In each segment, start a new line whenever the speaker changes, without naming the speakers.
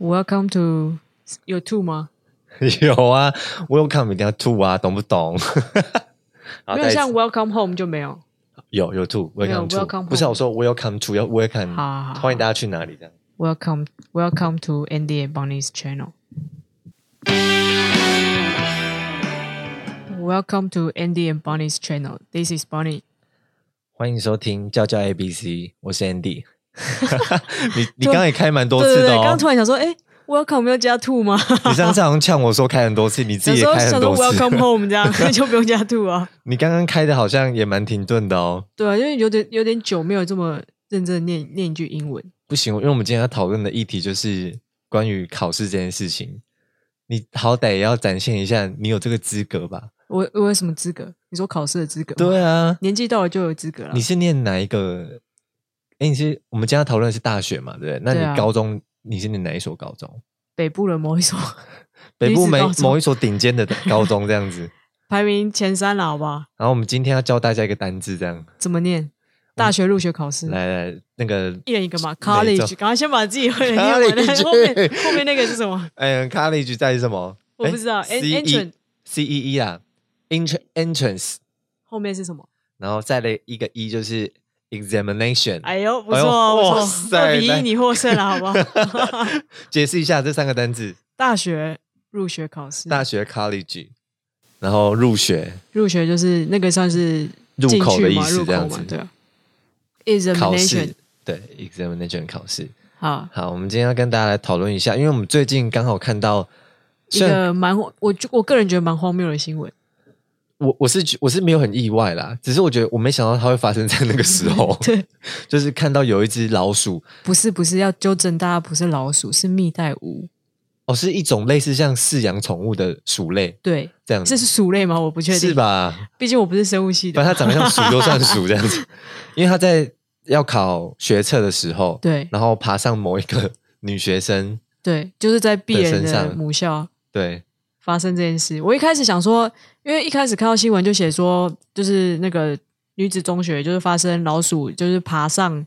Welcome to 有 to 吗？
有啊，Welcome 一定要 to 啊，懂不懂？ 好
没
啊再
有
一次
像 Welcome home 就没有。
有有 to
没有
Welcome to，
welcome
不是啊
home
我说 Welcome to 要 Welcome，
好好好
欢迎大家去哪里这样。
Welcome Welcome to Andy and Bonnie's channel. Welcome to Andy and Bonnie's channel. This is Bonnie.
欢迎收听教教 ABC，我 是 Andy。你你刚刚也开蛮多次的
刚
哦
刚，突然想说，哎、w e l c o m e 要加 to 吗？
你上次好像呛我说开很多次，你 自
想
己也
说
开很
想说
多
Welcome
次。
home 这样就不用加 to 啊。
你刚刚开的好像也蛮停顿的哦。
对啊，因为有点有点久没有这么认真地念念一句英文。
不行，因为我们今天要讨论的议题就是关于考试这件事情。你好歹也要展现一下你有这个资格吧？
我我有什么资格？你说考试的资格？，
对啊，
年纪到了就有资格了
你。是念哪一个？哎，你是我们今天要讨论的是大学嘛？对不对？那
对啊
你高中、你是念哪一所高中？
北部的某一所
北部
女子
每
高中
某一所顶尖的高中这样子。
排名前三了，好不好？
然后我们今天要教大家一个单字，这样
怎么念？大学入学考试。
嗯来来那个
一人一个嘛
哪一种
，college，赶快先把自己会的念 完。
College
后面后面那个是什么？
嗯，college 在什么？
我不知道
诶
en-
，C E
entrance
C E E 啊，entrance entrance，
后面是什么？
然后再来一个 E 就是 examination。
哎呦，不
哎
错
呦
不
哇
错，
塞
二比
来
一你获胜了，好不好？
解释一下这三个单字：
大学入学考试，
大学 college，然后入学
入学就是那个算是
入
进
口
去
的意
嘛
思
入
这样
口嘛
子，
对啊。
考试
examination，，
对 examination 考试。
好，
好，我们今天要跟大家来讨论一下，因为我们最近刚好看到，
一
虽然
个蛮荒我就我个人觉得蛮荒谬的新闻，，
我我是觉我是没有很意外啦，只是我觉得我没想到它会发生在那个时候
对，
就是看到有一只老鼠，
不是不是要纠正大家，不是老鼠，是蜜袋鼯，
哦，是一种类似像饲养宠物的鼠类
对，
这样
这
子，
是鼠类吗？我不确定，
是？吧？
毕竟我不是生物系的
反正它，长得像鼠就算鼠这样子， 因为它在要考学测的时候，
对
然后爬上某一个 女学生，
对，就是在鄙人
身
的
上
母校
对，
发生这件事。我一开始想说，因为一开始看到新闻就写说，就是那个女子中学就是发生老鼠，就是爬上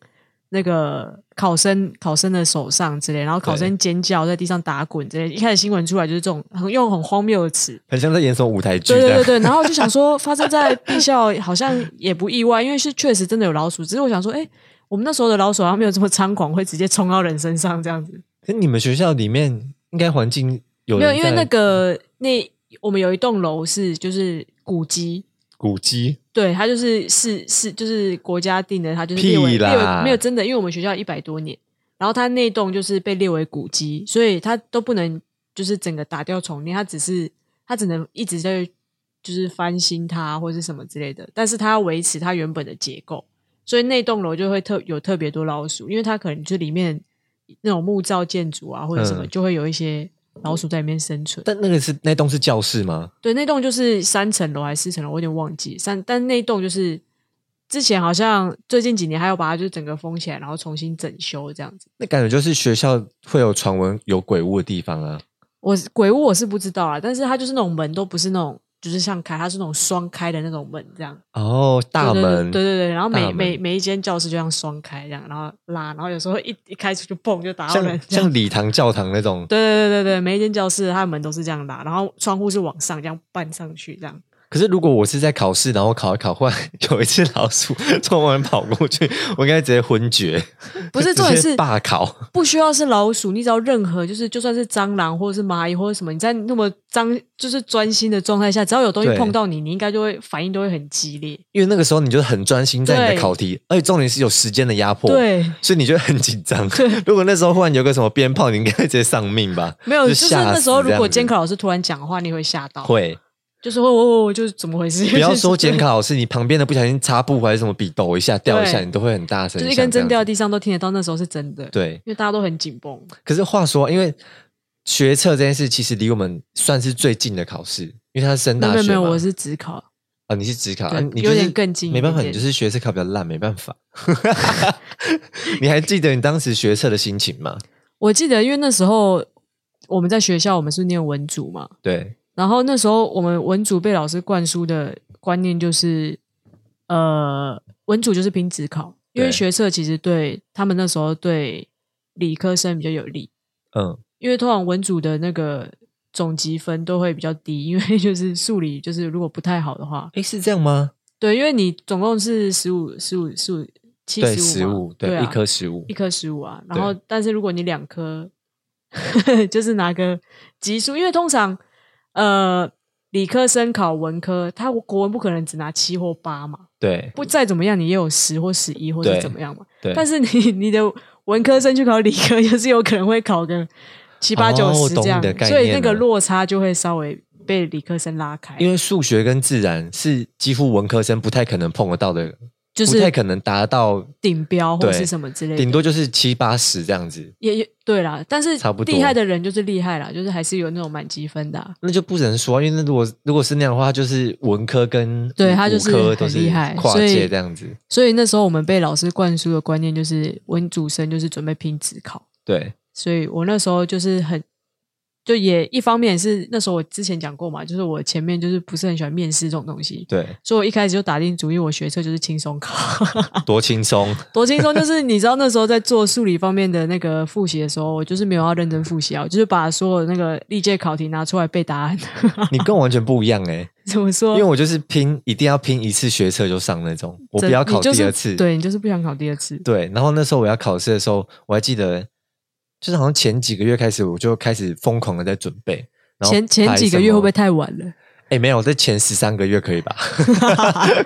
那个考生考生的手上之类，然后考生尖叫在地上打滚之类。一开始新闻出来就是这种很用很荒谬的词，
很像在演什么舞台剧
对
这
对对
样，
对，然后我就想说，发生在 B 校好像也不意外，因为是确实真的有老鼠。只是我想说，哎，我们那时候的老鼠好像没有这么猖狂，会直接冲到人身上这样子。
可你们学校里面应该环境有
没有，
人
因为
在
那个那我们有一栋楼是就是古迹，
古迹，
对，它就是是是就是国家定的，它就是列为
屁
列
啦
为没有真的，因为我们学校一百多年，然后它那栋就是被列为古迹，所以它都不能就是整个打掉重练，它只是它只能一直在就是翻新它或是什么之类的，但是它要维持它原本的结构，所以那栋楼就会特有特别多老鼠，因为它可能就里面那种木造建筑啊或者什么，
嗯
就会有一些老鼠在里面生存。
但那个是那栋是教室吗？
对，那栋就是三层楼还是四层楼，我有点忘记。三，但那栋就是之前好像最近几年还要把它就整个封起来，然后重新整修这样子。
那感觉就是学校会有传闻有鬼屋的地方啊。
我鬼屋我是不知道啦，啊但是它就是那种门都不是那种，就是像开，它是那种双开的那种门这样。
哦，大
对对
门，
对对对，然后
大
每
门
每每一间教室就像双开这样，然后拉，然后有时候一一开出去砰就打到人
像
这样。
像礼堂、教堂那种。
对对对对对，每一间教室它的门都是这样拉，然后窗户是往上这样搬上去这样。
可是如果我是在考试，然后考一考，忽然有一只老鼠从我们跑过去， 我应该直接昏厥。
不 是
直
重点
接
是
罢考，
不需要是老鼠，你只要任何就是就算是蟑螂或者是蚂蚁或者什么，你在那么脏就是专心的状态下，只要有东西
对
碰到你，你应该就会反应都会很激烈。
因为那个时候你就很专心在你
对
的考题，而且重点是有时间的压迫，，
对，
所以你就很紧张。 如果那时候忽然有个什么鞭炮，你应该直接丧命吧？
没有，就是
吓
那时候如
死这样
果
子
监考老师突然讲话，你会吓到，
会，
就是会我我我就是怎么回事？
不要说
就是
监考老师，你旁边的不小心擦布还是什么笔抖一下、掉一下，
对
你都会很大声，
就是一根针
像这
掉
样子。
地上都听得到，那时候是真的，，
对，
因为大家都很紧绷。
可是话说，因为学测这件事其实离我们算是最近的考试，因为它是升
没
大
有
学
没有没有，
嘛
我是只考，
啊，你是职考，
对
啊你
有
就是
点更近一
没办法，
点
你就是学测考比较烂，没办法。 你还记得你当时学测的心情吗？
我记得因为那时候我们在学校，我们是念文组嘛，
对，
然后那时候我们文组被老师灌输的观念就是，呃，文组就是拼职考，因为
对
学测其实对他们那时候对理科生比较有利，
嗯，
因为通常文组的那个总积分都会比较低，因为 就是数理就是如果不太好的话，
哎，是这样吗？
对，因为你总共是十五、十五、十五、七
对，
十
十五，
对啊，
一颗十五
一，颗十五啊。然后
对，
但是如果你两颗， 就是拿个级数，因为通常呃理科生考文科，他国文不可能只拿七或八嘛，
对
不再怎么样你也有十或十一或者
对
怎么样嘛。
对。
但是你你的文科生去考理科， 就是有可能会考个七八
哦
九
我
十
懂
这样
你的，概
所以
念
那个
了
落差就会稍微被理科生拉开，
因为数学跟自然是几乎文科生不太可能碰得到的，
就
不太
是
可能达到，
顶标或
对
是什么之类的
顶。多就是七八十这样子，
也也对啦，但是
差不多
厉害的人就是厉害啦，就是还是有那种满积分的啊、
那就不能说，因为那如果如果是那样的话，就是文科跟
对
武
他就是
武科都
很
是
厉害
跨
所以
界这样子，
所以那时候我们被老师灌输的观念就是文主生就是准备拼职考，
对
所以我那时候就是很，就也一方面是那时候我之前讲过嘛，就是我前面就是不是很喜欢面试这种东西，
对，
所以我一开始就打定主意，我学测就是轻松考，
多轻松，
多轻松！就是你知道那时候在做数理方面的那个复习的时候，我就是没有要认真复习啊，我就是把所有那个历届考题拿出来背答案。
你跟我完全不一样哎、
怎么
因
说？
为我就是拼一定要拼一次学测就上那种，我不
真
要考
你就是
第二次，
对你就是不想考第二次。
对，然后那时候我要考试的时候，我还记得，就是好像前几个月开始我就开始疯狂的在准备。然后
前前
排
几
什
个月会
么
不会太晚了？
哎，没有，这前十三个月可 以吧？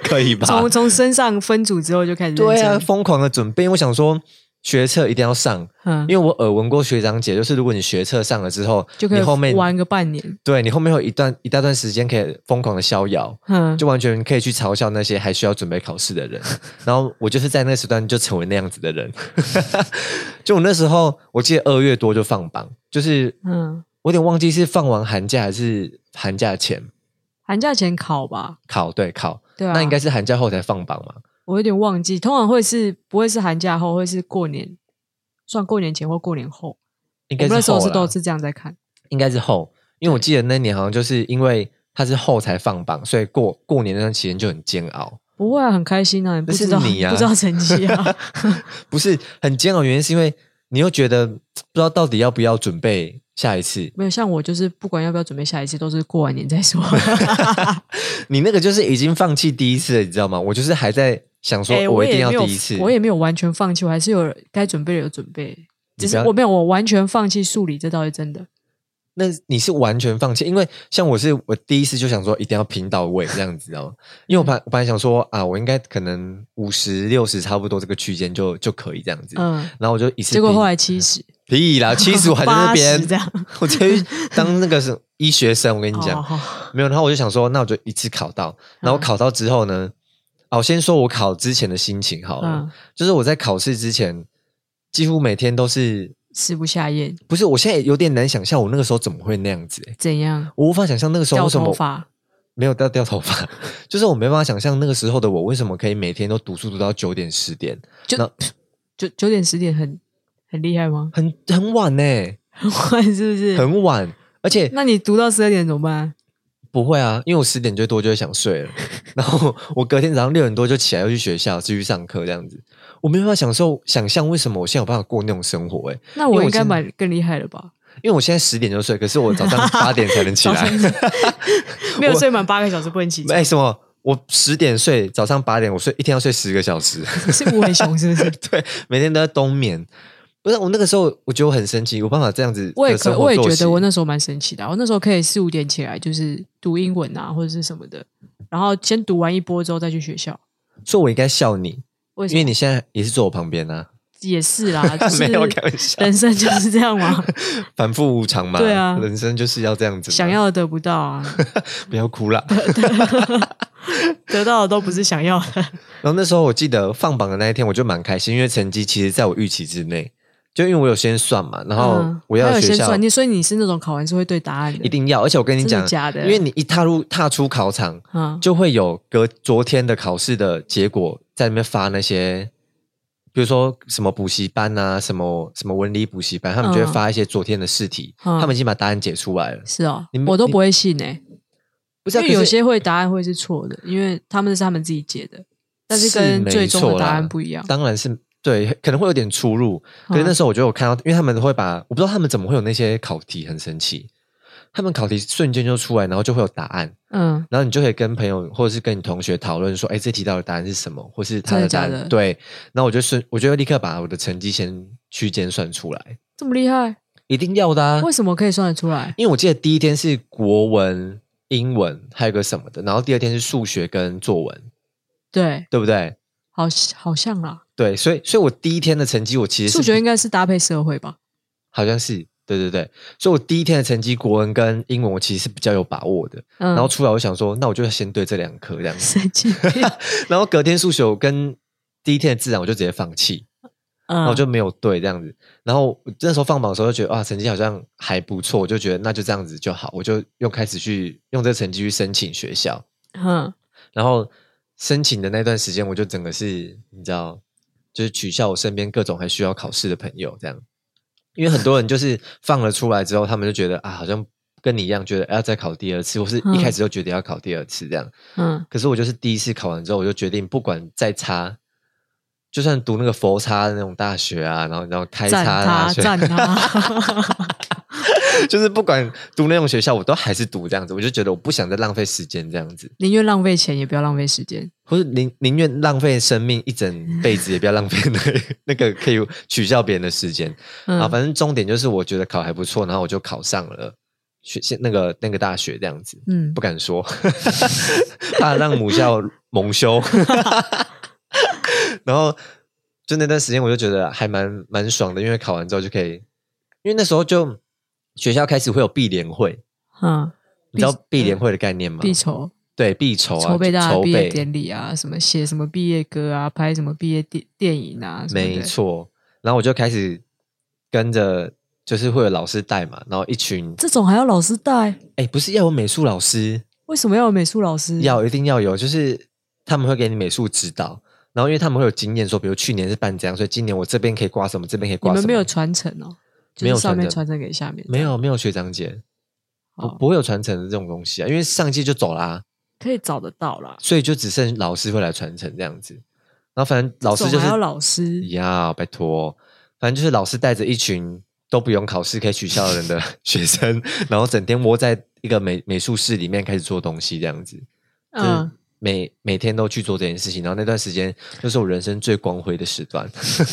可以 吧？
从从身上分组之后就开始认
啊对啊，
真，
疯狂的准备。因为我想说，学测一定要上，
嗯，
因为我耳闻过学长姐，就是如果你学测上了之后，
就可
你后面
以玩个半年，
对你后面有一段一大段时间可以疯狂的逍遥，
嗯，
就完全可以去嘲笑那些还需要准备考试 的人。然后我就是在那时段就成为那样子的人。 就我那时候，我记得二月多就放榜，就是
嗯，
我有点忘记是放完寒假还是寒假前
寒假前考吧，
考，对考，
对啊，
那应该是寒假后才放榜嘛。
我有点忘记，通常会是不会是寒假后，会是过年，算过年前或过年后。
应
我
该
们
是
那时候是
后啦啊
都是这样在看，
应该是后，因为我记得那年好像就是因为它是后才放榜，所以过过年那段期间就很煎熬。
不会、啊、很开心啊，你不
那是
知道
你啊
不知道成绩 啊，
不是很煎熬，原因是因为你又觉得不知道到底要不要准备下一次。
没有像我就是不管要不要准备下一次，都是过完年再 说。
你那个就是已经放弃第一次了，你知道吗？我就是还在想说，
哎
一定
也
要
没有
第一次。
我也没有完全放弃，我还是有该准备的有准备，只
你不
是
要
我没有我完全放弃数理，这倒是真的。
那你是完全放弃，因为像我是我第一次就想说一定要拼到位这样子，知道吗？因为我本来我本来想说啊，我应该可能五十六十差不多这个区间就就可以这样子。
嗯，
然后我就一次
结果
拼
后来七十，
屁啦，七十我还在那边
80这样，
我直接去当那个是医学生。我跟你
哦嗯
讲，
好好
没有，然后我就想说，那我就一次考到。然后考到之后呢，哦，先说我考之前的心情好了
嗯，，
就是我在考试之前，几乎每天都是，
食不下咽，
不是，我现在有点难想象我那个时候怎么会那样子、欸
怎样？
我无法想象那个时候
掉
为什
头
么
发，
没有掉掉头发， 就是我没办法想象那个时候的我为什么可以每天都读书读到九点十点，
就
那
九九点十点很很厉害吗？
很很晚呢、欸
很晚是不是？
很晚，而且
那你读到十二点怎么办？
不会啊，因为我十点最多就会想睡了，然后我隔天早上六点多就起来要去学校继续上课这样子，我没办法享受想象为什么我现在有办法过那种生活诶、欸
那
因
我
为我
应该
现在
蛮更厉害了吧？
因为我现在十点就睡，可是我早上八点才能起来
早，没有睡满八个小时不能起
哎、
床，
什么？我十点睡，早上八点我睡，一天要睡十个小时，
是无尾熊是不是？
对，每天都在冬眠。不是我那个时候，我觉得我很生 气，我办法这样子
我也
的生
可，
活
我也
作
觉
息
得我那时候蛮神奇的啊、我那时候可以四五点起来，就是读英文啊，或者是什么的，然后先读完一波之后再去学校。
所以我应该笑你，
为什
因为
么？
你现在也是坐我旁边啊，
也是啦，就是
没有开玩笑，
人生就是这样 嘛，
反复无常嘛，
对啊
人生就是要这样子嘛，
想要的得不到啊，
不要哭啦。
得到的都不是想要的。
然后那时候我记得放榜的那一天，我就蛮开心，因为成绩其实在我预期之内，就因为我有先算嘛， 然后
嗯
我要
还有
学
先
校
算你，所以你是那种考完是会对答案的，
一定要，而且我跟你
真
讲
的，假的？
因为你一踏入踏出考场，
啊，
就会有隔昨天的考试的结果在那边发那些。比如说什么补习班啊，什么什么文理补习班，他们就会
嗯
发一些昨天的试题，
嗯
他们已经把答案解出来了。
是哦
你，们
我都
你
不会信哎、
不是
因
啊、
为
可是
有些会答案会是错的，因为他们是他们自己解的，但是
是
跟
没
最终的
错
答
啦
案不一样。
当然是对，可能会有点出入。可是
嗯
那时候我觉得我看到，因为他们会把我不知道他们怎么会有那些考题，很神奇。他们考题瞬间就出来，然后就会有答案，
嗯，
然后你就可以跟朋友或者是跟你同学讨论说，哎，这题到底答案是什么，或是他的答案。
真的假的
对，那我就瞬，我就立刻把我的成绩先区间算出来，
这么厉害，
一定要的、啊。
为什么可以算得出来？
因为我记得第一天是国文、英文，还有个什么的，然后第二天是数学跟作文，
对，
对不对？
好好像啦，
对，所以，所以我第一天的成绩，我其实是
数学应该是搭配社会吧？
好像是，对对对，所以我第一天的成绩，国文跟英文，我其实是比较有把握的。
嗯，
然后出来，我想说，那我就先对这两科这样子，
神经 病，
然后隔天数学我跟第一天的自然，我就直接放弃，然
嗯，
后就没有对这样子。然后我那时候放榜的时候就觉得，啊，成绩好像还不错，我就觉得那就这样子就好，我就又开始去用这个成绩去申请学校。
嗯，
然后申请的那段时间，我就整个是，你知道，就是取笑我身边各种还需要考试的朋友这样，因为很多人就是放了出来之后，他们就觉得啊，好像跟你一样，觉得哎要再考第二次，或是一开始就决定要考第二次这样。
嗯，
可是我就是第一次考完之后，我就决定不管再差。就算读那个佛差的那种大学啊，然后然后开
赞
差的大
他
学，
赞他，
就是不管读那种学校，我都还是读这样子。我就觉得我不想再浪费时间这样子。
宁愿浪费钱也不要浪费时间。
或是宁宁愿浪费生命一整辈子，也不要浪费那个 那个可以取笑别人的时间、啊。
嗯，
反正重点就是，我觉得考还不错，然后我就考上了学现那个那个大学这样子。
嗯
不，敢说， 怕让母校 蒙羞。然后就那段时间，我就觉得还蛮蛮爽的，因为考完之后就可以，因为那时候就学校开始会有毕联会，
嗯，
你知道
毕
毕联会的概念吗？
必筹
对毕筹啊，
筹备大家
筹
毕业
备
典礼啊，什么写什么毕业歌啊，拍什么毕业电电影啊，什么的
没，错，然后我就开始跟着，就是会有老师带嘛，然后一群，
这种还要老师带？
哎，不是要有美术老师，
为什么要有美术老师？
要一定要有，就是他们会给你美术指导，然后因为他们会有经验，说比如去年是办这样，所以今年我这边可以挂什么，这边可以
你
挂什么。
们没有传承哦，就是
没有
上面
传
传承给下面，
没有没有学长姐，不
哦，
不会有传承的这种东西啊，因为上届就走啦、
可以找得到啦。
所以就只剩老师会来传承这样子。然后反正老师
这
就
种
是
还要老师
呀，拜托，反正就是老师带着一群都不用考试可以取笑人的 学生，然后整天窝在一个美美术室里面开始做东西，这样子，嗯
嗯，，
每每天都去做这件事情，然后那段时间就是我人生最光辉的时段，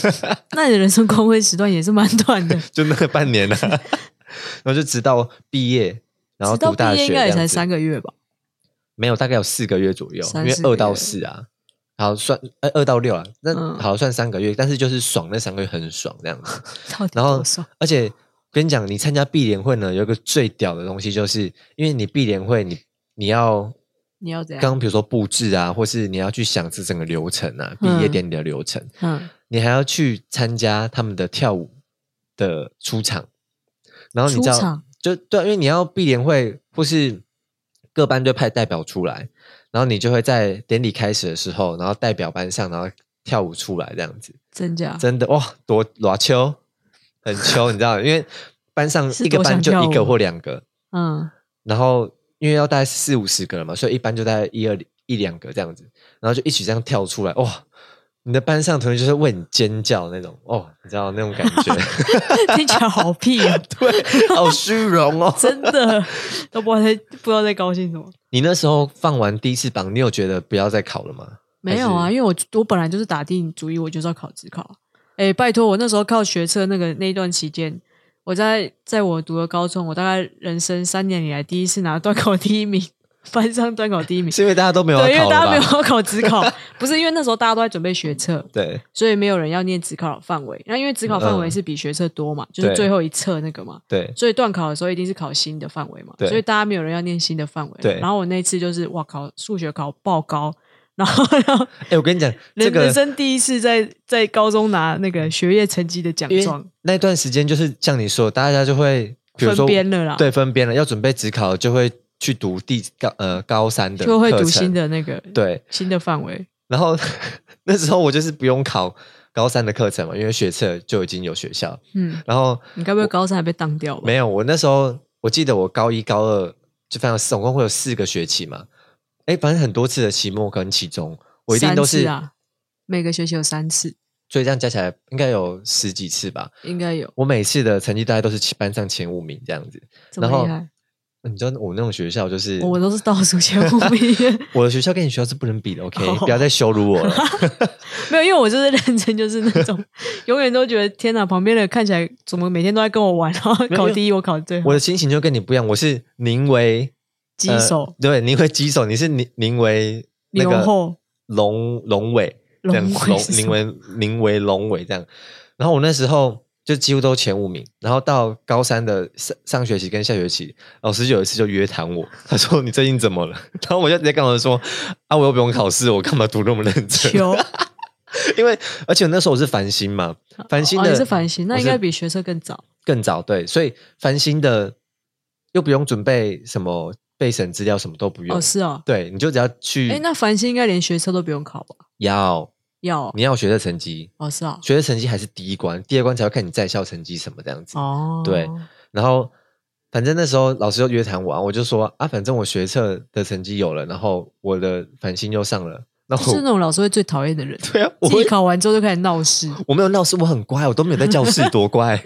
那你的人生光辉时段也是蛮短的，
就那个半年 啊，然后就直到毕业， 然后
直到
读大
毕业
学
应该
这
也才
样子，
三个月吧？
没有，大概有四个月左右，因
三
为
四个
二到
月
四啊。好算，呃，二到六啊，那、
嗯
好算三个月，但是就是爽，那三个月很爽这样子。
到底
然后
多少？
而且跟你讲，你参加毕联会呢，有一个最屌的东西，就是因为你毕联会你，你要
你要怎
刚
样？
刚比如说布置啊，或是你要去想这整个流程啊，毕
嗯
业典礼的流程，
嗯，
你还要去参加他们的跳舞的出场，然后你知
出
道
场，
就对啊，因为你要毕联会或是各班队派代表出来，然后你就会在典礼开始的时候，然后代表班上，然后跳舞出来这样子。
真假？
真的哇，多裸秋，很秋，你知道吗，因为班上
是
一个
多
班
想
就
跳
一个
舞
或两个，
嗯，
然后因为要大概四五十个人嘛，所以一般就大概一二一两个这样子，然后就一起这样跳出来，哇！你的班上同学就是为你尖叫那种哦，你知道那种感觉，
听起来好屁 啊！
对，好虚荣哦。
真的 都不知道在不知道在高兴什么。
你那时候放完第一次榜，你有觉得不要再考了吗？
没有啊，
还是
因为我我本来就是打定主意，我就是要考职考。哎、拜托，我那时候靠学测那个那一段期间，我在在我读的高中，我大概人生三年以来第一次拿段考第一名， 班上段考第一名。
是因为大家都没有要
对，因为
考
大家没
了
有
吧？
要考职 考，不是因为那时候大家都在准备学测，
对，
所以没有人要念职考范围。那因为职考范围
嗯
是比学测多嘛，就是
对
最后一册那个嘛。
对，
所以断考的时候一定是考新的范围嘛，
对
所以大家没有人要念新的范围。
对
然后我那次就是哇考数学考爆高，然后 然后
哎、我跟你讲，这
人、
个
人生第一次在在高中拿那个学业成绩的奖
因为
状，
那段时间就是像你说的，大家就会比如说
分编了啦
对，分编了，要准备职考就会去读第高呃高三的，
就会读新。的那个
对，
新的范围。
然后 那时候我就是不用考高三的课程嘛，因为学测就已经有学校。
嗯，
然后
你该不会高三还被当掉吧？
没有，我那时候我记得我高一高二就反正总共会有四个学期嘛，哎，反正很多次的期末跟期中，我一定
三啊
都是
次啊，每个学期有三次，
所以这样加起来应该有十几次吧。
应该有
我每次的成绩大概都是前班上前五名这样子。
这么
然后
厉害，
你知道我们那种学校就是
我都是倒数前五名，
我的学校跟你学校是不能比的，OK？、
哦
不要再羞辱我了。
没有，因为我就是认真，就是那种永远都觉得天哪，旁边的看起来怎么每天都在跟我玩，然后
没有
考第一，我考最后
我，的心情就跟你不一样，我是宁为
嗯鸡
呃
手
对，宁为鸡手，你是宁宁为那
牛
个
后
龙龙尾，这样
龙尾
呃龙
是什
宁
么
为宁为龙尾这样。然后我那时候就几乎都前五名，然后到高三的上上学期跟下学期，老师有一次就约谈我，他说你最近怎么了？然后我就直接跟老师说啊，我又不用考试，我干嘛读那么认真？
球，
因为而且那时候我是繁星嘛，繁星
哦
的、
你是繁星，那
我
应
是
该比学测更早。
更早对，所以繁星的又不用准备什么备审资料，什么都不用，
哦，是 哦，
对，你就只要去
哎，那繁星应该连学测都不用考吧？
要
要哦
你要学的成绩，
哦，是哦，
学的成绩还是第一关，第二关才会看你在校成绩什么这样子。
哦，
对然后反正那时候老师就约谈我啊，我就说啊，反正我学测的成绩有了，然后我的繁星又上了，那
就是那
我
种老师会最讨厌的人，
对啊， 我
自己
会
考完之后就开始闹事。
我没有闹事，我很乖，我都没有在教室，多 乖。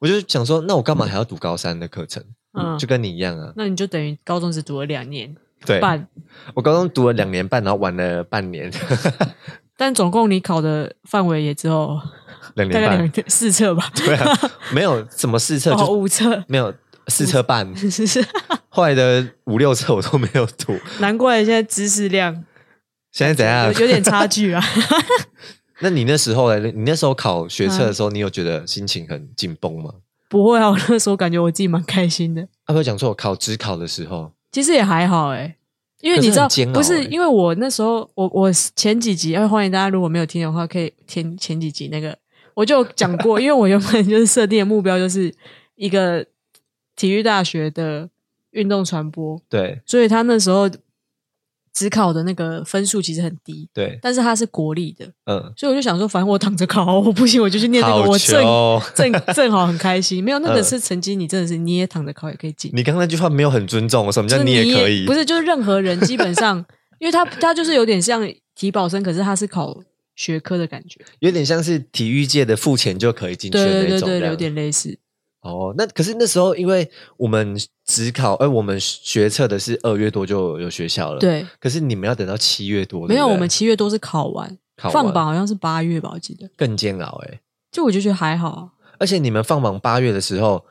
我就想说，那我干嘛还要读高三的课程？
嗯
就跟你一样啊。
那你就等于高中只读了两年
对，
半，
我高中读了两年半，然后玩了半年，
但总共你考的范围也只有
两
大
年
概
半
两，四册 吧，
对啊，没有什么试测，
哦，
就
五册，
没有试测半，
是是，
后来的五六册我都没有读。
难怪现在知识量
现在 怎样
有？有点差距啊。
那你那时候呢？你那时候考学
嗯
测的时候，你有觉得心情很紧绷吗？
不会啊，我那时候感觉我自己蛮开心的，
啊，不是讲错，考职考的时候，
其实也还好哎、因为
可是
你知道
很煎，熬
不是
欸
因为我那时候，我我前几集，哎，欢迎大家如果没有听的话，可以听前几集那个，我就有讲过，因为我原本就是设定的目标就是一个体育大学的运动传播，
对
所以他那时候只考的那个分数其实很低，
对，
但是他是国立的，
嗯，
所以我就想说，反正我躺着考，我不行我就去念那
好
个，我正
球。
正正好很开心，没有那个
嗯
是成绩，你真的是你也躺着考也可以进，
你刚刚那句话没有很尊重我，什么
就
叫
是
你也可以？
不是就是任何人基本 上，因为他他就是有点像体保生，可是他是考学科的感觉，
有点像是体育界的付钱就可以进去
对
的
对
那
对
种这
对，
样，
有点类似，
哦，那可是那时候，因为我们只考，哎、我们学测的是二月多就有学校了。。
对，
可是你们要等到七月多，
没有
对不对
我们七月都是考完，
考
放
完
榜好像是八月吧，我记得，
更煎熬哎、
就我就觉得还好啊，
而且你们放榜八月的时候，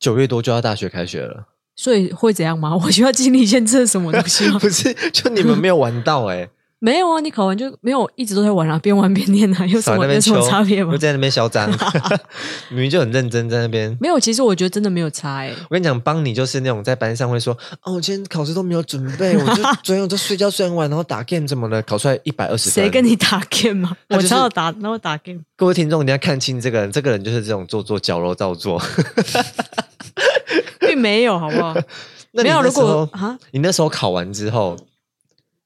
九月多就要大学开学 了，
所以会怎样吗？ 我需要经历见证什么东西吗
？不是？就你们没有玩到 哎、
没有啊，你考完就没有，一直都在玩啊，边玩边念啊，有什
少在
么
那
有
边
什么
秋
差别吗
又？在那边 嚣张，明明就很认真在那边。
没有，其实我觉得真的没有差哎、
我跟你讲，邦你就是那种在班上会说，哦，我今天考试都没有准备，我就昨天我就睡觉睡很晚，然后打 game 怎么了，考出来一百二十分。
谁跟你打 game 吗？
他
我
就是
超有打，那我打 game。
各位听众，你要看清这个人，这个人就是这种做作、矫揉造作。
并没有，好不好？
那
没
你
有
那
如
时
果
候
啊，
你那时候考完之后，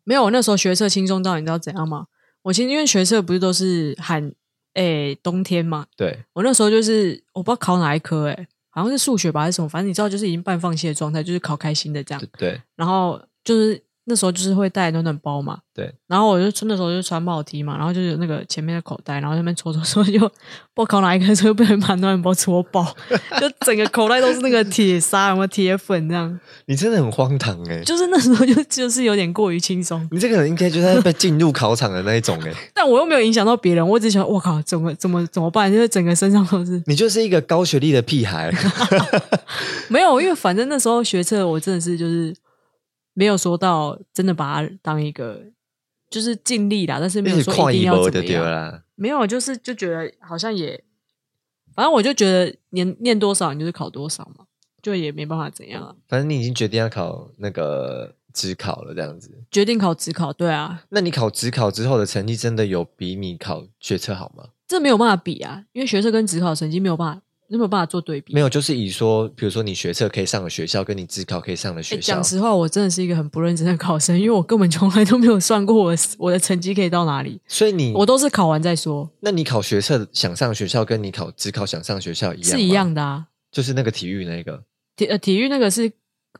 没有，我那时候学测轻松到你知道怎样吗？我其实因为学测不是都是喊诶、冬天嘛，
对，
我那时候就是我不知道考哪一科诶、好像是数学吧还是什么，反正你知道就是已经半放弃的状态，就是考开心的这样
对。对
然后就是那时候就是会带暖暖包嘛，
对。
然后我就穿那时候就穿帽 T 嘛，然后就是有那个前面的口袋，然后在那边抽抽抽，就不知道考哪一个，就被人把暖暖包戳 爆，就整个口袋都是那个铁砂，有没有铁粉这样？
你真的很荒唐哎、
就是那时候就就是有点过于轻松，
你这个人应该就是被进入考场的那一种哎、
但我又没有影响到别人，我只想我靠，怎么怎么怎么办？就是整个身上都是
你就是一个高学历的屁 孩，
没有，因为反正那时候学测我真的是就是没有说到真的把它当一个就是尽力啦，但是没有
你
说
跨
一定
一
要
波
怎
的
么
丢
样，
啦。
没有，就是就觉得好像也，反正我就觉得念念多少你就是考多少嘛，就也没办法怎样啊，
反正你已经决定要考那个职考了，这样子。
决定考只考，对啊，
那你考职考之后的成绩真的有比你考学测好吗？
这没有办法比啊，因为学测跟只考成绩没有办法没有办法做对比，
没有，就是以说，比如说你学测可以上的学校，跟你职考可以上的
哎，
学校
讲，实话，我真的是一个很不认真的考生，因为我根本从来都没有算过我的我的成绩可以到哪里，
所以你
我都是考完再说，
那你考学测想上学校，跟你考职考想上学校一样吗
是一样，的啊。
就是那个体育那个。
体呃体育那个是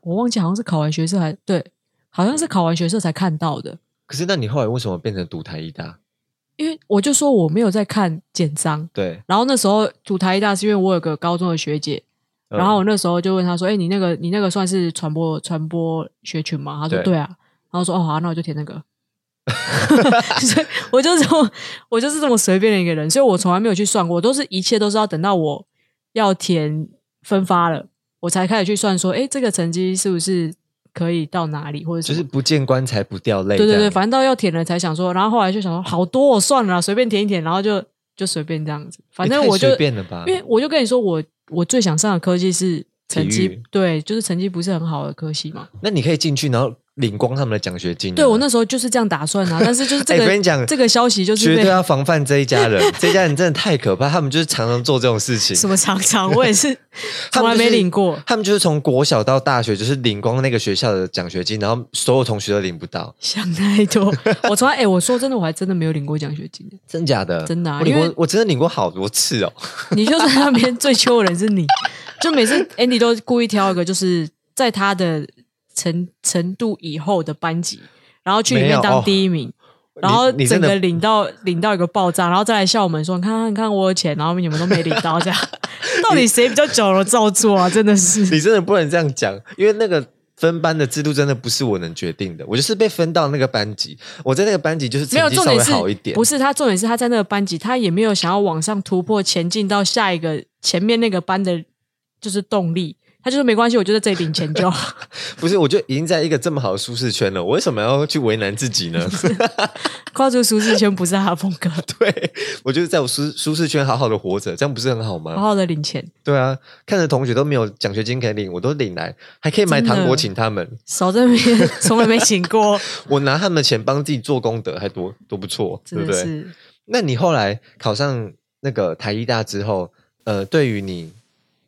我忘记，好像是考完学测还对，好像是考完学测才看到的，
可是那你后来为什么变成读台医大？
因为我就说我没有在看简章，
对，
然后那时候读台大是因为我有个高中的学姐，
嗯
然后我那时候就问她说：“哎、你那个你那个算是传播传播学群吗？”她说：“
对
对啊。”然后说：“哦，好啊、那我就填那个。” 所以我就这么我就是这么随便的一个人，所以我从来没有去算过，我都是一切都是要等到我要填分发了，我才开始去算说：“哎，这个成绩是不是可以到哪里？”或者
就是是不见棺材不掉泪这
对
样。
对对，反正到要填了才想说，然后后来就想说好多我、算了啦，随便填一填，然后就就随便这样子，反
也
正
哎太
我就
随便了吧
因为我就跟你说，我我最想上的科技是成
体
绩
育，嗯
对，就是成绩不是很好的科系嘛。
那你可以进去，然后领光他们的奖学金啊、
对我那时候就是这样打算啊，但是就是这
哎
个、
我跟你讲
这个消息就是
绝
被
对要防范这一家人，这一家人真的太可怕，他们就是常常做这种事情。
什么常常，我也是
他
从
们
来
就是
没领过，
他们就是从国小到大学，就是领光那个学校的奖学金，然后所有同学都领不到，
想太多。我从来哎、我说真的，我还真的没有领过奖学金。
真假的？
真的啊
我领
因
过
为，
我真的领过好多次哦。
你就在那边最秋的人是你，就每次 Andy 都故意挑一个，就是在他的程程度以后的班级，然后去里
没
面
有
当
哦
第一名。
你
然后
你
整
真
个
的
领到领到一个爆炸，然后再来笑我们说：“你看，你看我有钱，然后你们都没领到， 这样到底谁比较久了照做啊？真的是，
你真的不能这样讲，因为那个分班的制度真的不是我能决定的。我就是被分到那个班级，我在那个班级就是
没有
成
重
绩稍
点
微
是
好一点
不。是他重点是他在那个班级，他也没有想要往上突破，前进到下一个前面那个班的，就是动力。他就说没关系，我就在这里领钱就好。
不是，我就已经在一个这么好的舒适圈了，我为什么要去为难自 己呢？
跨出舒适圈不是他的风 格，
对，我就是在我舒舒适圈好好的活着，这样不是很好吗？
好好的领钱，
对啊，看着同学都没有奖学金可以领，我都领来，还可以买
真的
糖果请他们，
少在那边从来没请过，
我拿他们的钱帮自己做功德，还多多不错，对
真
不
的
对？
是。
那你后来考上那个台医大之后，呃，对于你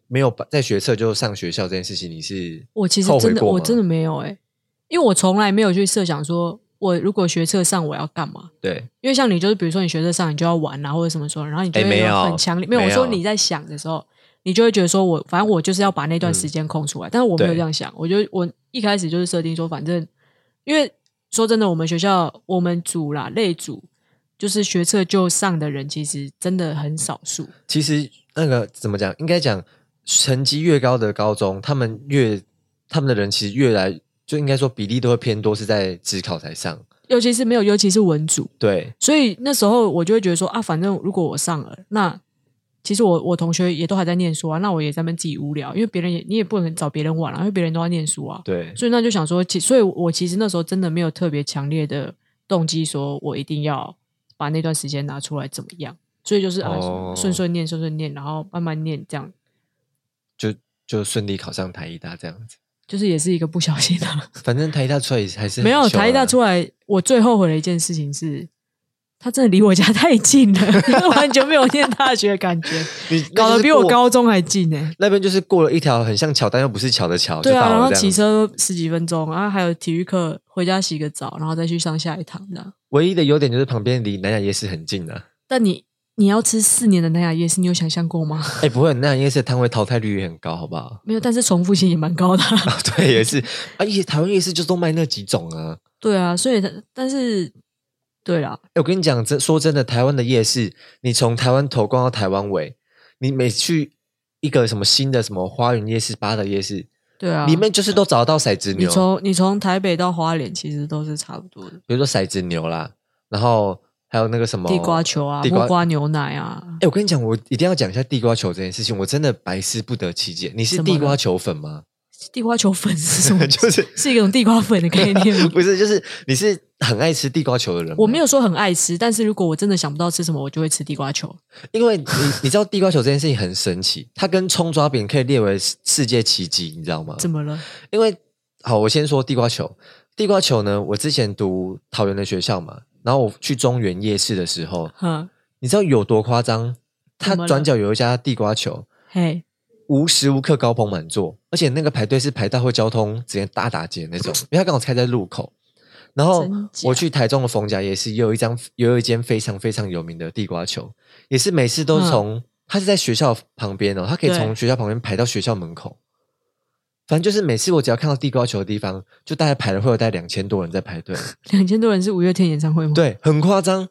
没有把在学测就上学校这件事情，你是
我其实
后悔
真的
过
我
吗
真的没有哎、因为我从来没有去设想说我如果学测上我要干嘛。
对
因为像你就是比如说你学测上你就要玩啊或者什么时候，然后你就
哎
会
没有
很强烈。没有，
没
我说
有
你在想的时候，你就会觉得说我反正我就是要把那段时间空出来，但是我没有
嗯对
这样想，我就我一开始就是设定说反正因为说真的，我们学校我们组啦类组。就是学测就上的人，其实真的很少数。
其实那个怎么讲，应该讲成绩越高的高中，他们越他们的人其实越来就应该说比例都会偏多是在职考台上，
尤其是没有，尤其是文组，
对
所以那时候我就会觉得说啊，反正如果我上了，那其实我我同学也都还在念书啊，那我也在那边自己无聊，因为别人也你也不能找别人玩啊，因为别人都在念书啊。
对，
所以那就想说，其所以我其实那时候真的没有特别强烈的动机，说我一定要把那段时间拿出来怎么样。所以就是啊，
哦
顺顺念，顺顺念，然后慢慢念，这样
就就顺利考上台医大这样子。
就是也是一个不小心的、啊
反正台大出来也还是很
没有
凶啊
台大出来，我最后悔的一件事情是，他真的离我家太近了， 因为完全没有念大学的感 觉，
你
搞得比我。
那就是过
高中还近呢、
那边就是过了一条很像桥，但又不是桥的桥，
对
哦就
啊，
到了
然后
这样
骑
子。
车十几分钟，然啊后还有体育课，回家洗个澡，然后再去上下一堂的。
唯一的优点就是旁边离南雅夜市很近啊。
但你你要吃四年的南雅夜市，你有想象过吗？？
哎，不会，南雅夜市的摊位淘汰率也很高，好不好
没有，但是重复性也蛮高的。啊
对，也是。而且台湾夜市就都卖那几种啊。
对啊，所以它但是对啦，
哎，我跟你讲，真说真的，台湾的夜市，你从台湾头逛到台湾尾，你每去一个什么新的什么花园夜市、八的夜市，
对啊，
里面就是都找得到骰子
你
牛。
从你从台北到花莲其实都是差不多的，
比如说骰子牛啦，然后还有那个什么
地瓜球啊，
哦地瓜
木瓜牛奶啊，
哎、我跟你讲，我一定要讲一下地瓜球这件事情，我真的百思不得其解。你是
怎么
地
了
瓜球粉吗？
地瓜球粉是什么？
就是？
是一种地瓜粉的概念吗
不是，就是你是很爱吃地瓜球的人吗。
我没有说很爱吃，但是如果我真的想不到吃什么，我就会吃地瓜球。
因为你你知道地瓜球这件事情很神奇，它跟葱抓饼可以列为世世界奇迹，你知道吗？
怎么了？
因为好，我先说地瓜球。地瓜球呢，我之前读桃园的学校嘛，然后我去中原夜市的时候，
哈，
你知道有多夸张？它
怎么了
转角有一家地瓜球，
嘿，
无时无刻高朋满座，而且那个排队是排到会交通直接大打结那 种，因为它刚好开在路口。然后
真假
我去台中的逢甲夜市，也有一张也有一间非常非常有名的地瓜球，也是每次都
嗯
从、它是在学校旁边哦，它可以
对
从学校旁边排到学校门口。反正就是每次我只要看到地瓜球的地方， 就大概排了会有大概两千多人在排队，
两千多人是五月天演唱会吗？，
对，很夸张。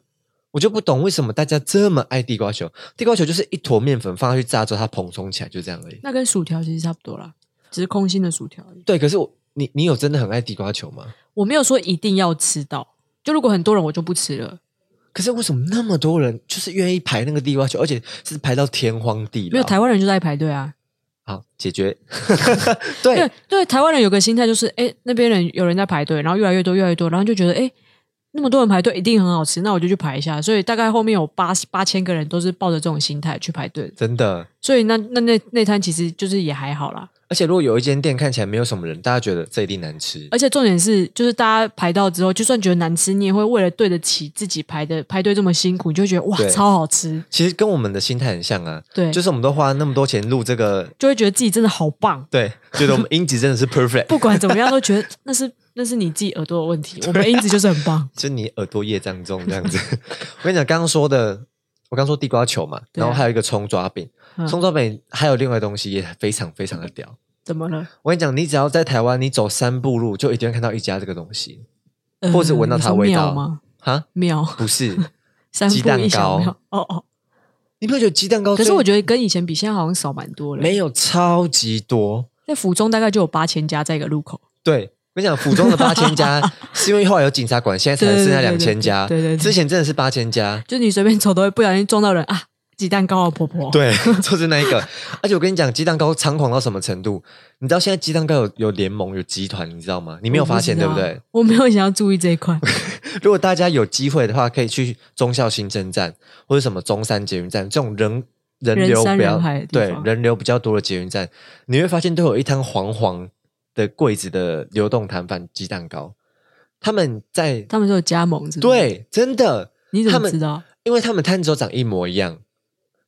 我就不懂为什么大家这么爱地瓜球。地瓜球就是一坨面粉放下去炸之后，它蓬松起来，就这样而已。
那跟薯条其实差不多啦，只是空心的薯条而已。
对，可是我你你有真的很爱地瓜球吗？
我没有说一定要吃到，就如果很多人我就不吃了，
可是为什么那么多人就是愿意排那个地瓜球，而且是排到天荒地老？
没有台湾人就在排队啊。
好解决， 对
对对，台湾人有个心态就是，哎，那边人有人在排队，然后越来越多，越来越多，然后就觉得，哎，那么多人排队一定很好吃，那我就去排一下。所以大概后面有八八千个人都是抱着这种心态去排队的，
真的。
所以那那那那摊其实就是也还好啦。
而且如果有一间店看起来没有什么人，大家觉得这一定难吃。
而且重点是，就是大家排到之后，就算觉得难吃，你也会为了对得起自己排的排队这么辛苦，你就会觉得哇
对，
超好吃，
其实跟我们的心态很像啊，
对，
就是我们都花了那么多钱录这个，
就会觉得自己真的好棒。
对，觉得我们音质真的是 perfect，
不管怎么样，都觉得那是那是你自己耳朵的问 题。我们音质就是很棒，
就你耳朵业障重这样子。 我跟你讲，刚刚说的，我刚说地瓜球嘛，
对啊
然后还有一个葱抓饼，
嗯
葱抓饼还有另外一个东西也非常非常的屌。
怎么了？
我跟你讲，你只要在台湾，你走三步路就一定会看到一家这个东西
呃
或者闻到它的味道
你说喵吗？
哈，
喵，
不是？
三
鸡
步
蛋
一小
糕
秒。哦哦，
你不会觉得鸡蛋糕最？
可是我觉得跟以前比，现在好像少蛮多了。
没有超级多。
在府中大概就有八千家在一个路口，
对，我跟你讲，府中的八 千家是因为后来有警察管，现在才
对
剩
对
下
对
两
对
千家。
对对对
之前真的是八千家。
就你随便走都会不小心撞到人啊，鸡蛋糕啊，婆婆。，
对， 就是那一个。而且我跟你讲，鸡蛋糕猖狂到什么程度？你知道现在鸡蛋糕有有联盟、有集团，你知道吗？你没有发现对不对？？
我没有想要注意这一块。
如果大家有机会的话，可以去忠孝新生站或者什么中山捷运站这种人人
人
流
山
比较
人海的地
对
方
人流比较多的捷运站，你会发现都有一摊黄黄的柜子的流动摊贩鸡蛋糕，他们在
他们说有加盟是不是，
对真的，
你
他
怎么
们
知道？
因为他们摊子都长一模一样，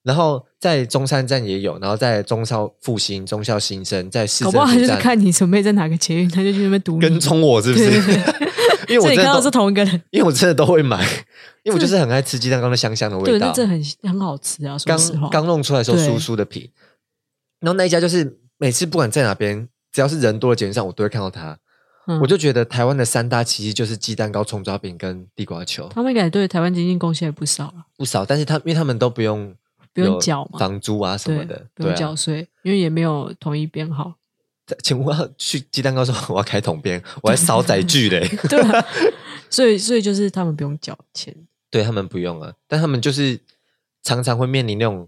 然后在中山站也有，然后在中校复兴、中校新生，在市
搞
政
不好他
府
就是
站
看你准备在哪个捷运，他就去那边堵你。
跟踪我是不是？
对对
因为我
所以
真
你看
的
到是
都
同一个人，
因为我真的都会买，因为我就是很爱吃鸡蛋糕的香香的
对，
味
那
道。
这很很好吃啊，说实话
刚。刚弄出来的时候
对
酥酥的皮，然后那一家就是每次不管在哪边，只要是人多的街上，我都会看到它。
嗯
我就觉得台湾的三大奇迹就是鸡蛋糕、葱抓饼跟地瓜球，
他们应该对台湾经济贡献也不少啊了，
不少。但是他因为他们都不用
不用
有
缴嘛
房租啊什么
对
的，，
不
对
用
啊
缴税，因为也没有统一编 号。
请问要去鸡蛋糕说我要开桶边，我还扫载具嘞。
对啊，所以所以就是他们不用缴 钱，
对他们不用啊，但他们就是常常会面临那种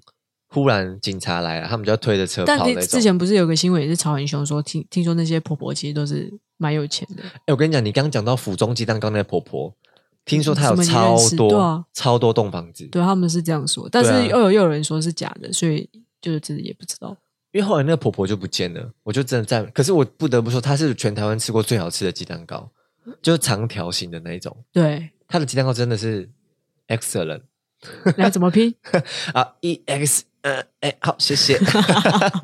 忽然警察来啊了，他们就要推着车
但
跑
你
那
之
种。
前不是有个新闻也是吵很凶，说听听说那些婆婆其实都是蛮有钱 的，
哎，我跟你讲，你刚刚讲到府中鸡蛋糕那个婆婆，听说她有
什么你
超
认识对啊
多超多栋房子，
对他们是这样说，但
对啊
是又有又有人说是假的，所以就是自己也不知道。
因为后来那个婆婆就不见了，我就真的在，可是我不得不说，她是全台湾吃过最好吃的鸡蛋糕，就是长条形的那一种，
对，
她的鸡蛋糕真的是 excellent。
来怎么 拼？
啊，E X，呃，哎、好，谢谢。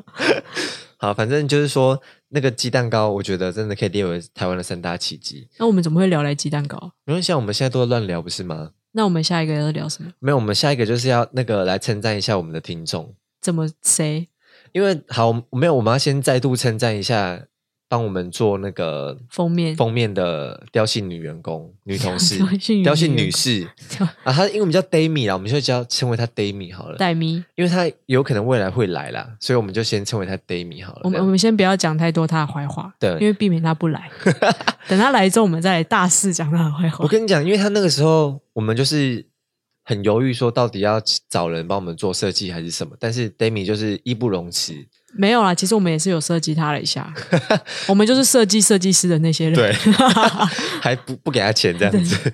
好，反正就是说，那个鸡蛋糕，我觉得真的可以列为台湾的三大奇迹。
那我们怎么会聊来鸡蛋糕？
因为像啊我们现在都在乱聊，不是吗？
那我们下一个要聊什么？
没有，我们下一个就是要那个来称赞一下我们的听众，
怎么谁
因为好，没有，我们要先再度称赞一下帮我们做那个
封面？
封面的雕姓女员工、女同事
雕姓女员、工
雕姓女士啊，她因为我们叫 Dami 啦，我们就叫称为她 Dami 好了。
戴咪，
因为他有可能未来会来啦，所以我们就先称为他 Dami 好了。
我们
这
我
样
们先不要讲太多他的坏话，
对
因为避免他不 来。等他来之后，我们再来大肆讲他的坏话
我。跟你讲，因为他那个时候我们就是很犹豫，说到底要找人帮我们做设计还是什么，但是 Dami 就是义不容辞，
没有啦，其实我们也是有设计他了一 下，我们就是设计设计师的那些人。
对 还不不给他钱这样子。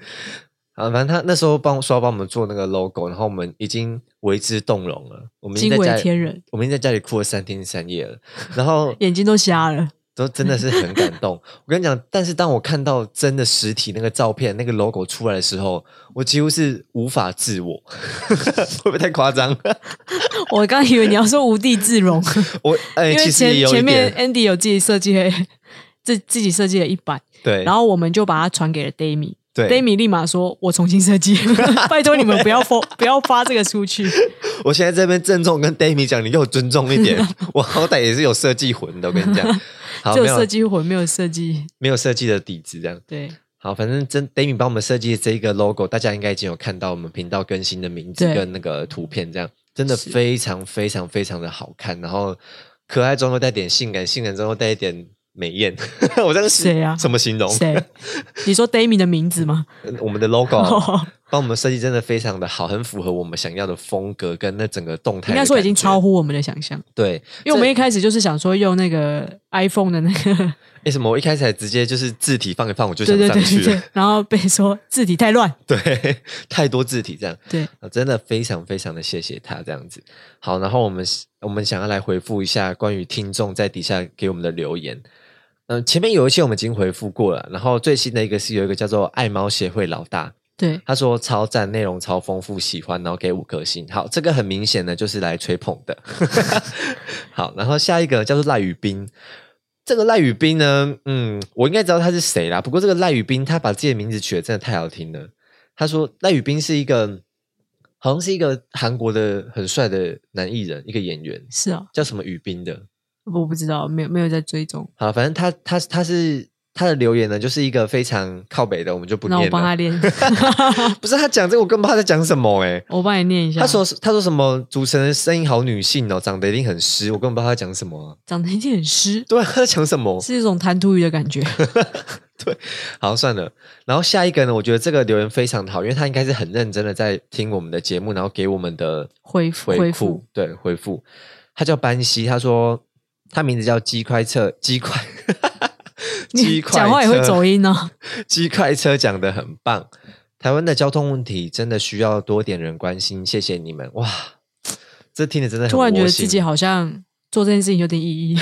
啊，反正他那时候帮我说要帮我们做那个 logo，然后我们已经为之动容了，我们已经
惊
在家
为
里
天人，
我们已经在家里哭了三天三夜了，然后
眼睛都瞎了。
都真的是很感动。我跟你讲，但是当我看到真的实体那个照片、那个 logo 出来的时候，我几乎是无法自我， 会不会太夸张？
我刚以为你要说无地自容，
我 哎、
因为
其实
前
也有一
前面
点
Andy 有自己设计了，自自己设计了一版，
对，
然后我们就把它传给了 Dami。
对
Dami 立马说：“我重新设计， 拜托你们不要发不要发这个出去。
我现在这边郑重跟 d a m i 讲，你给我尊重一 点，我好歹也是有设计魂的。我跟你讲，好
只有
没有啊
设计魂，没有设计
没有设计的底子这样。
对
好，反正真 d a m i 帮我们设计的这一个 logo，大家应该已经有看到我们频道更新的名字
对
跟那个图片，这样真的
是
非常非常非常的好看，然后可爱中又带点性感，性感中又带一点美艳。 我这样形
谁啊
怎么形容？呃
谁？你说 Dami 的名字吗？
我们的 logo 啊
哦
帮我们设计真的非常的好，很符合我们想要的风格跟那整个动态的感觉。
应该说已经超乎我们的想象，
对，
因为我们一开始就是想说用那个 iPhone 的那个，
为什么我一开始还直接就是字体放一放我就
对对
想上
对
去
对
了
对？，然后被说字体太乱，
对，太多字体这样。
对，
啊，真的非常非常的谢谢他这样子。好，然后我们我们想要来回复一下关于听众在底下给我们的留言。嗯、前面有一些我们已经回复过了，然后最新的一个是有一个叫做爱猫协会老大，
对
他说超赞，内容超丰富，喜欢，然后给五颗星。好，这个很明显的就是来吹捧 的。 好，然后下一个叫做赖宇斌。这个赖宇斌呢，嗯，我应该知道他是谁啦。不过这个赖宇斌，他把自己的名字取得真的太好听了。他说赖宇斌是一个，好像是一个韩国的很帅的男艺人，一个演员，
是啊，
叫什么宇斌的。
我不知道，没有没有在追踪，
好，反正他他他是他的留言呢，就是一个非常靠北的，我们就不
那
念
我
了。
帮他练，
不是他讲这个，我根本不知道他在讲什么哎、
我帮你念一下。
他说他说什么主持人声音好女性哦，长得一定很湿，我根本不知道他在讲什么啊、
长得一定很湿，
对啊，他在讲 什么？
是一种弹涂鱼的感觉。
好，算了。然后下一个呢，我觉得这个留言非常好，因为他应该是很认真的在听我们的节目，然后给我们的
回复
回
回
复
复，
对回复。他叫班西，他说他名字叫鸡块车， 鸡块，鸡
你
块
讲话也会
车
走音哦。
鸡块车讲的很棒，台湾的交通问题真的需要多点人关心，谢谢你们哇！这听着真的很
突然觉
窝
得
心
自己好像做这件事情有点意义。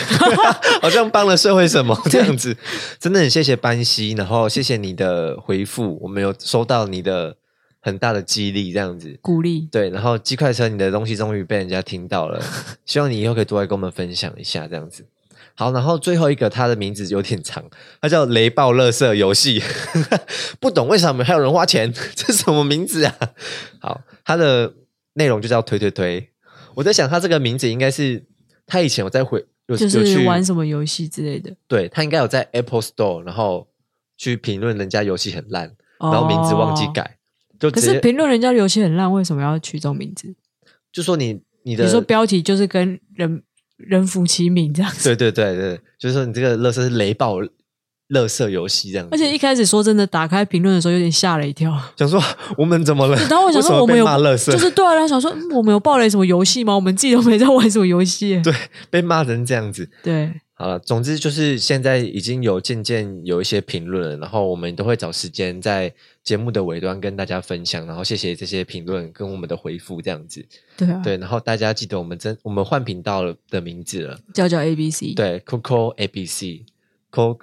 好像哦帮了社会什么 这样子，真的很谢谢班西，然后谢谢你的回复，我们有收到你的很大的激励，这样子。
鼓励，
对，然后鸡块车你的东西终于被人家听到 了，希望你以后可以多来跟我们分享一下这样子。好，然后最后一个，他的名字有点长，他叫雷暴乐色游戏， 不懂为什么还有人花钱， 这什么名字啊？好，他的内容就叫推推推。我在想，他这个名字应该是他以前有在回，有
就
有
是
去
玩什么游戏之类的。
对他应该有在 Apple Store，然后去评论人家游戏很烂，
然
然后名字忘记。改，就
哦可
直
是
接
评论人家游戏很烂，为什么要取这种名字？
就说你你的
你说标题就是跟人人服其名这样子，
对对对对，就是说你这个乐色是雷暴乐色游戏这样子，
而且一开始说真的，打开评论的时候有点吓了一 跳。
想说我们怎么了？
然后我想说，我
为
们
什
有
么被骂乐色，
就是对啊，然后想说，嗯我们有爆雷什么游戏吗？我们自己都没在玩什么游戏。
对被骂成这样子。
对
好了，总之就是现在已经有渐渐有一些评论了，然后我们都会找时间在节目的尾端跟大家分享，然后谢谢这些评论跟我们的回复这样子。
对啊，
对，然后大家记得我们真我们换频道了的名字了，
叫叫 A B C。
对，Coco ABC Co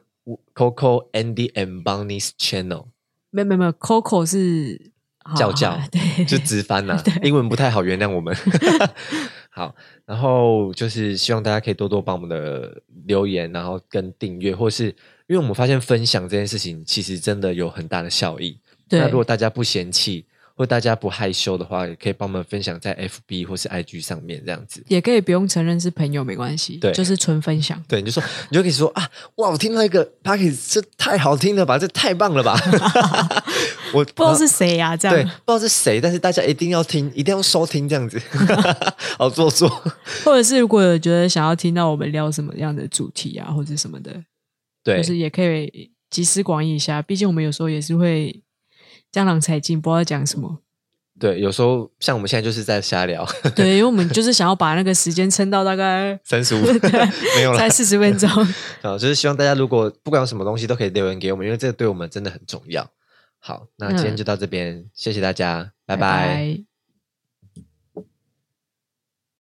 Coco Andy and Bunny's Channel
没有没有没有，Coco 是好
叫叫
好对，
就直翻啦、
对
英文不太好，原谅我们。 好，然后就是希望大家可以多多帮我们的留言，然后跟订阅，或是因为我们发现分享这件事情其实真的有很大的效益。
对
那如果大家不嫌弃或大家不害羞的话，也可以帮我们分享在 FB 或是 IG 上面这样子。
也可以不用承认是朋友没关系，
对
就是纯分享。
对，你就说，你就可以说啊，哇，我听到一个 p a c k e 这太好听了吧，这太棒了 吧！
不
我
知道是谁啊呀、这
对，不
样
知道是谁，但是大家一定要听，一定要收听这样子， 好做作。
或者是如果有觉得想要听到我们聊什么样的主题啊，或者什么的，
对，
就是也可以集思广益一下。毕竟我们有时候也是会江郎才尽，不知道讲什 么。
对，有时候像我们现在就是在瞎聊，
对，因为我们就是想要把那个时间撑到大 概
三十五
对
没有啦
才。四十分钟。
啊，就是希望大家如果不管有什么东西都可以留言给我们，因为这个对我们真的很重要。好，那今天
嗯
就到这边，谢谢大家，拜拜
拜